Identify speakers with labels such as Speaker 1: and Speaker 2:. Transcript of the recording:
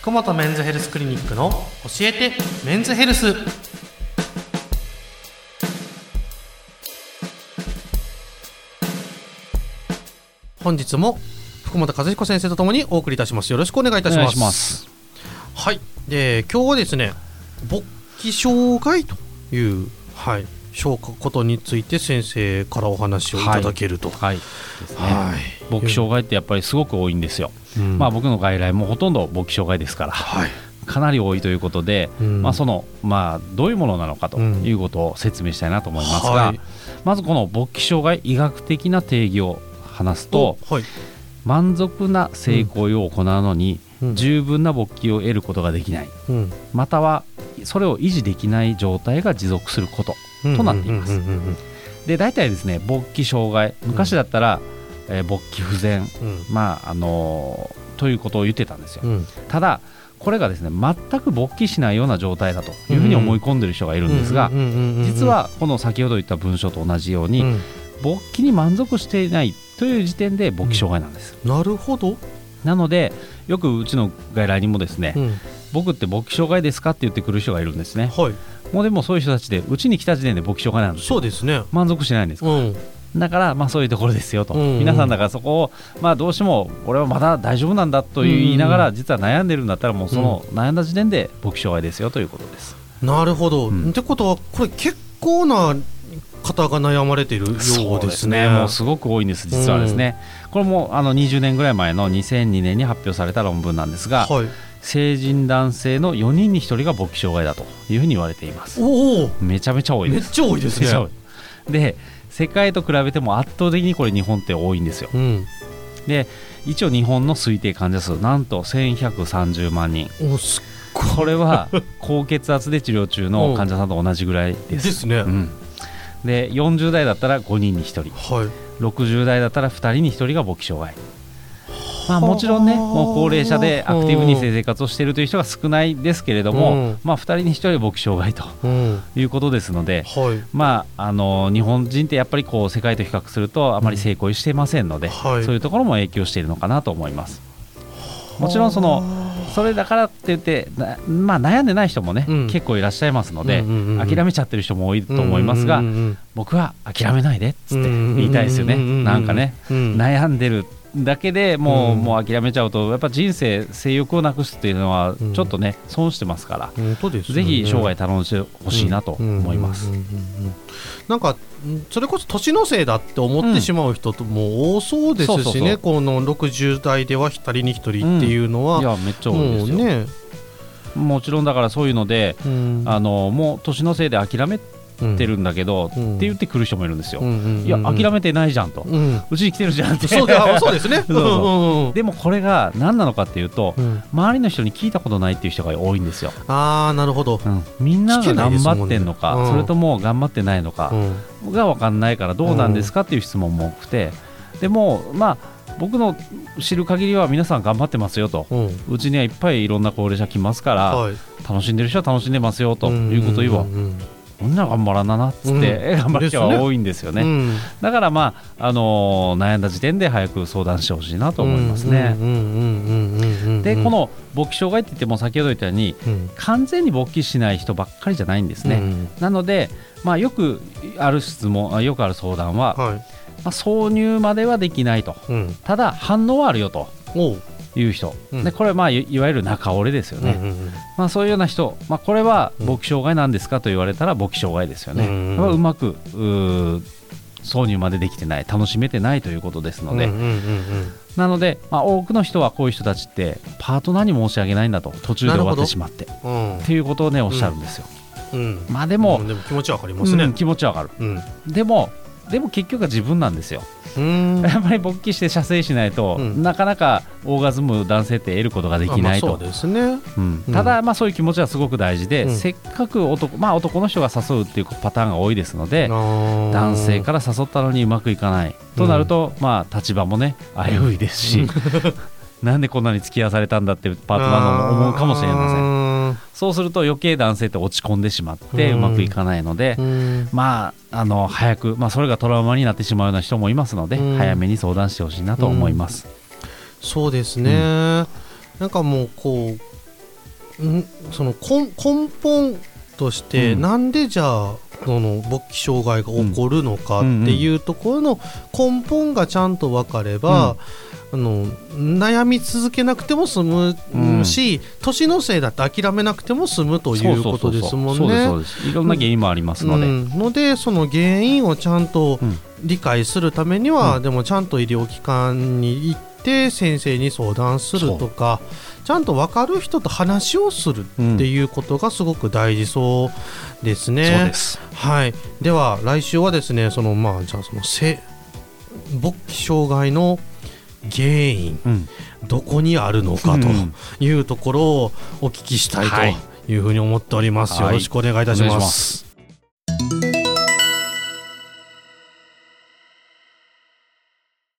Speaker 1: 福本メンズヘルスクリニックの教えてメンズヘルス本日も福本和彦先生とともにお送りいたしますよろしくお願いいたします
Speaker 2: す
Speaker 1: はいで今日はですね勃起障害というはい消化ことについて先生からお話をいただけると
Speaker 2: はいですね
Speaker 1: はい
Speaker 2: 勃起障害ってやっぱりすごく多いんですよ、
Speaker 1: うん
Speaker 2: まあ僕の外来もほとんど勃起障害ですから
Speaker 1: はい
Speaker 2: かなり多いということで、
Speaker 1: うん
Speaker 2: まあそのまあどういうものなのかと
Speaker 1: うん
Speaker 2: いうことを説明したいなと思いますが、
Speaker 1: はい
Speaker 2: まずこの勃起障害医学的な定義を話すと
Speaker 1: はい
Speaker 2: 満足な性行為を行うのに
Speaker 1: うん
Speaker 2: 十分な勃起を得ることができない
Speaker 1: うん
Speaker 2: またはそれを維持できない状態が持続することとなっています
Speaker 1: うんうんうんうん
Speaker 2: で大体ですね勃起障害昔だったら、えー勃起不全
Speaker 1: うん
Speaker 2: まああのーということを言ってたんですよ、
Speaker 1: うん
Speaker 2: ただこれがですね全く勃起しないような状態だというふうに思い込んでる人がいるんですが、
Speaker 1: うんうんうんうんうん
Speaker 2: 実はこの先ほど言った文章と同じように、
Speaker 1: うん
Speaker 2: 勃起に満足していないという時点で勃起障害なんです、
Speaker 1: なるほど、
Speaker 2: なのでよくうちの外来にもですね、
Speaker 1: うん
Speaker 2: 僕って勃起障害ですかって言ってくる人がいるんですね
Speaker 1: はい
Speaker 2: もうでもそういう人たちでうちに来た時点で勃起障害なんです
Speaker 1: そうですね
Speaker 2: 満足してないんです
Speaker 1: うん
Speaker 2: だからまあそういうところですよと、
Speaker 1: うんうん
Speaker 2: 皆さんだからそこをまあどうしても俺はまだ大丈夫なんだという言いながら実は悩んでるんだったらもうその悩んだ時点で勃起障害ですよということです、
Speaker 1: なるほど、
Speaker 2: うん
Speaker 1: ってことはこれ結構な方が悩まれているようですね
Speaker 2: もうすごく多いんです実はですね、これもあの20年ぐらい前の2002年に発表された論文なんですが、
Speaker 1: はい、
Speaker 2: 成人男性の4人に1人が勃起障害だというふうに言われています
Speaker 1: おお
Speaker 2: めちゃめちゃ多い
Speaker 1: め
Speaker 2: で
Speaker 1: っ
Speaker 2: す
Speaker 1: ちゃ多いですね
Speaker 2: めっちゃ多いで世界と比べても圧倒的にこれ日本って多いんですよ
Speaker 1: うん、
Speaker 2: で一応日本の推定患者数なんと1130万人
Speaker 1: おす
Speaker 2: こ れは高血圧で治療中の患者さんと同じぐらい
Speaker 1: で
Speaker 2: です、
Speaker 1: すね、
Speaker 2: うん、で40代だったら5人に1人
Speaker 1: はい
Speaker 2: 60代だったら2人に1人が勃起障害まあ、もちろんねもう高齢者でアクティブに性生活をしているという人が少ないですけれども、
Speaker 1: うん
Speaker 2: まあ、2人に1人勃起障害と
Speaker 1: うん
Speaker 2: いうことですので、
Speaker 1: はい
Speaker 2: まあ、あの日本人ってやっぱりこう世界と比較するとあまり成功していませんので、
Speaker 1: はい
Speaker 2: そういうところも影響しているのかなと思います。もちろんそのそれだからって言ってな、まあ、悩んでない人もね、
Speaker 1: うん
Speaker 2: 結構いらっしゃいますので、
Speaker 1: うんうんうんうん
Speaker 2: 諦めちゃってる人も多いと思いますが、
Speaker 1: うんうんうん
Speaker 2: 僕は諦めないでっつって
Speaker 1: うん
Speaker 2: 言いたいですよね、
Speaker 1: うんうんうん
Speaker 2: なんかね、
Speaker 1: うん
Speaker 2: 悩んでるだけでもう,、
Speaker 1: うん
Speaker 2: もう諦めちゃうとやっぱ人生性欲をなくすっていうのは
Speaker 1: うん
Speaker 2: ちょっとね、損してますから、
Speaker 1: うん本当ですよね
Speaker 2: ぜひ生涯楽しんでほしいなと思います。
Speaker 1: うんうんうんうんなんかうんそれこそ年のせいだって思っ
Speaker 2: う
Speaker 1: て
Speaker 2: ん
Speaker 1: しまう人とも多そうですしね、
Speaker 2: そうそうそう
Speaker 1: この60代では1人に1人っていうのは、
Speaker 2: いやめっちゃ多いで
Speaker 1: も
Speaker 2: す
Speaker 1: う
Speaker 2: よ、
Speaker 1: ね、
Speaker 2: もちろんだからそういうので、
Speaker 1: うん
Speaker 2: あのもう年のせいで諦めてるんだけど、
Speaker 1: うん
Speaker 2: って言ってくる人もいるんですよ、
Speaker 1: うんうんうんうん
Speaker 2: いや諦めてないじゃんと、う
Speaker 1: うん
Speaker 2: ちに来てるじゃんって
Speaker 1: そうだあそうですね
Speaker 2: そうそう
Speaker 1: うんうんうん
Speaker 2: でもこれが何なのかっていうと、
Speaker 1: うん
Speaker 2: 周りの人に聞いたことないっていう人が多いんですよ、
Speaker 1: ああなるほど、
Speaker 2: うんみんなが頑張ってんのか、
Speaker 1: 聞けないですもんねうん
Speaker 2: それとも頑張ってないのか
Speaker 1: うん
Speaker 2: が分かんないからどうなんですかっていう質問も多くてでもまあ僕の知る限りは皆さん頑張ってますよと。
Speaker 1: うん
Speaker 2: うちにはいっぱいいろんな高齢者来ますから、
Speaker 1: はい、
Speaker 2: 楽しんでる人は楽しんでますよということを言えば
Speaker 1: うんうん
Speaker 2: こんな頑張らななっ
Speaker 1: う
Speaker 2: つって、
Speaker 1: ん
Speaker 2: 頑張る人が多いんですよ
Speaker 1: う
Speaker 2: ね、
Speaker 1: ん
Speaker 2: だからまあ、あのー悩んだ時点で早く相談してほしいなと思いますね、
Speaker 1: うんうんうんうんうんうん
Speaker 2: でこの勃起障害って言っても先ほど言ったように
Speaker 1: うん
Speaker 2: 完全に勃起しない人ばっかりじゃないんですね、
Speaker 1: うん
Speaker 2: なので、まあ、よくある質問あよくある相談は、
Speaker 1: はい
Speaker 2: まあ挿入まではできないと
Speaker 1: うん
Speaker 2: ただ反応はあるよと
Speaker 1: おう
Speaker 2: いう人、
Speaker 1: うん
Speaker 2: でこれまあいいわゆる中折れですよね、
Speaker 1: うんうんうん
Speaker 2: まあ、そういうような人、まあ、これは勃起障害なんですかと言われたら勃起障害ですよね、
Speaker 1: うんうんうん
Speaker 2: やっぱうまくうー挿入までできてない楽しめてないということですので、
Speaker 1: うんうんうんうん
Speaker 2: なので、まあ、多くの人はこういう人たちってパートナーに申し訳ないんだと途中で終
Speaker 1: なる
Speaker 2: わ
Speaker 1: ほ
Speaker 2: って
Speaker 1: ど
Speaker 2: しまってっ
Speaker 1: うん
Speaker 2: ていうことをねおっしゃるんですよ、
Speaker 1: うん
Speaker 2: まあでも
Speaker 1: うん、でも気持ちわかりますね。
Speaker 2: うん気持ちはわかる
Speaker 1: うん。
Speaker 2: でもでも結局は自分なんですよ、
Speaker 1: うん。
Speaker 2: やっぱり勃起して射精しないと、
Speaker 1: うん
Speaker 2: なかなかオーガズム男性って得ることができない
Speaker 1: あま
Speaker 2: と
Speaker 1: あそうですね。
Speaker 2: うん
Speaker 1: うん
Speaker 2: ただ、まあ、そういう気持ちはすごく大事で、
Speaker 1: うん
Speaker 2: せっかく男,、まあ、男の人が誘うっていうパターンが多いですので、男
Speaker 1: 男
Speaker 2: 性から誘ったのにうまくいかないとなると、まあ、立場もね危ういですし、なんでこんなに付き合わされたんだってパートナーも思うかもしれません
Speaker 1: ま
Speaker 2: そうすると余計男性って落ち込んでしまって
Speaker 1: う
Speaker 2: うんまくいかないので、
Speaker 1: せん。うん
Speaker 2: まあ、あの早く、まあ、それがトラウマになってしまうような人もいますので、
Speaker 1: うん
Speaker 2: 早めに相談してほしいなと思います。
Speaker 1: そうですね。なんかもうこうんその根根本として、
Speaker 2: うん
Speaker 1: なんでじゃあその勃起障害が起こるのかっていうところの根本がちゃんと分かれば、あの悩み続けなくても済む、
Speaker 2: うん
Speaker 1: し年のせいだって諦めなくても済むということですもん
Speaker 2: そうです
Speaker 1: ね
Speaker 2: そう。ですいろんな原因もありますので、
Speaker 1: うんのでその原因をちゃんと
Speaker 2: うん
Speaker 1: 理解するためには、
Speaker 2: う
Speaker 1: でもちゃんと医療機関に行って先生に相談するとかちゃんと分かる人と話をするっていうことがすごく大事そうですね。
Speaker 2: そうです
Speaker 1: はい、では来週はですねそのまあじゃあそのせ勃起障害の原因
Speaker 2: うん
Speaker 1: どこにあるのかと
Speaker 2: うん
Speaker 1: いうところをお聞きしたいというふうに思っております。
Speaker 2: はい
Speaker 1: よろしくお願いいたし
Speaker 2: お願いし
Speaker 1: ま
Speaker 2: ます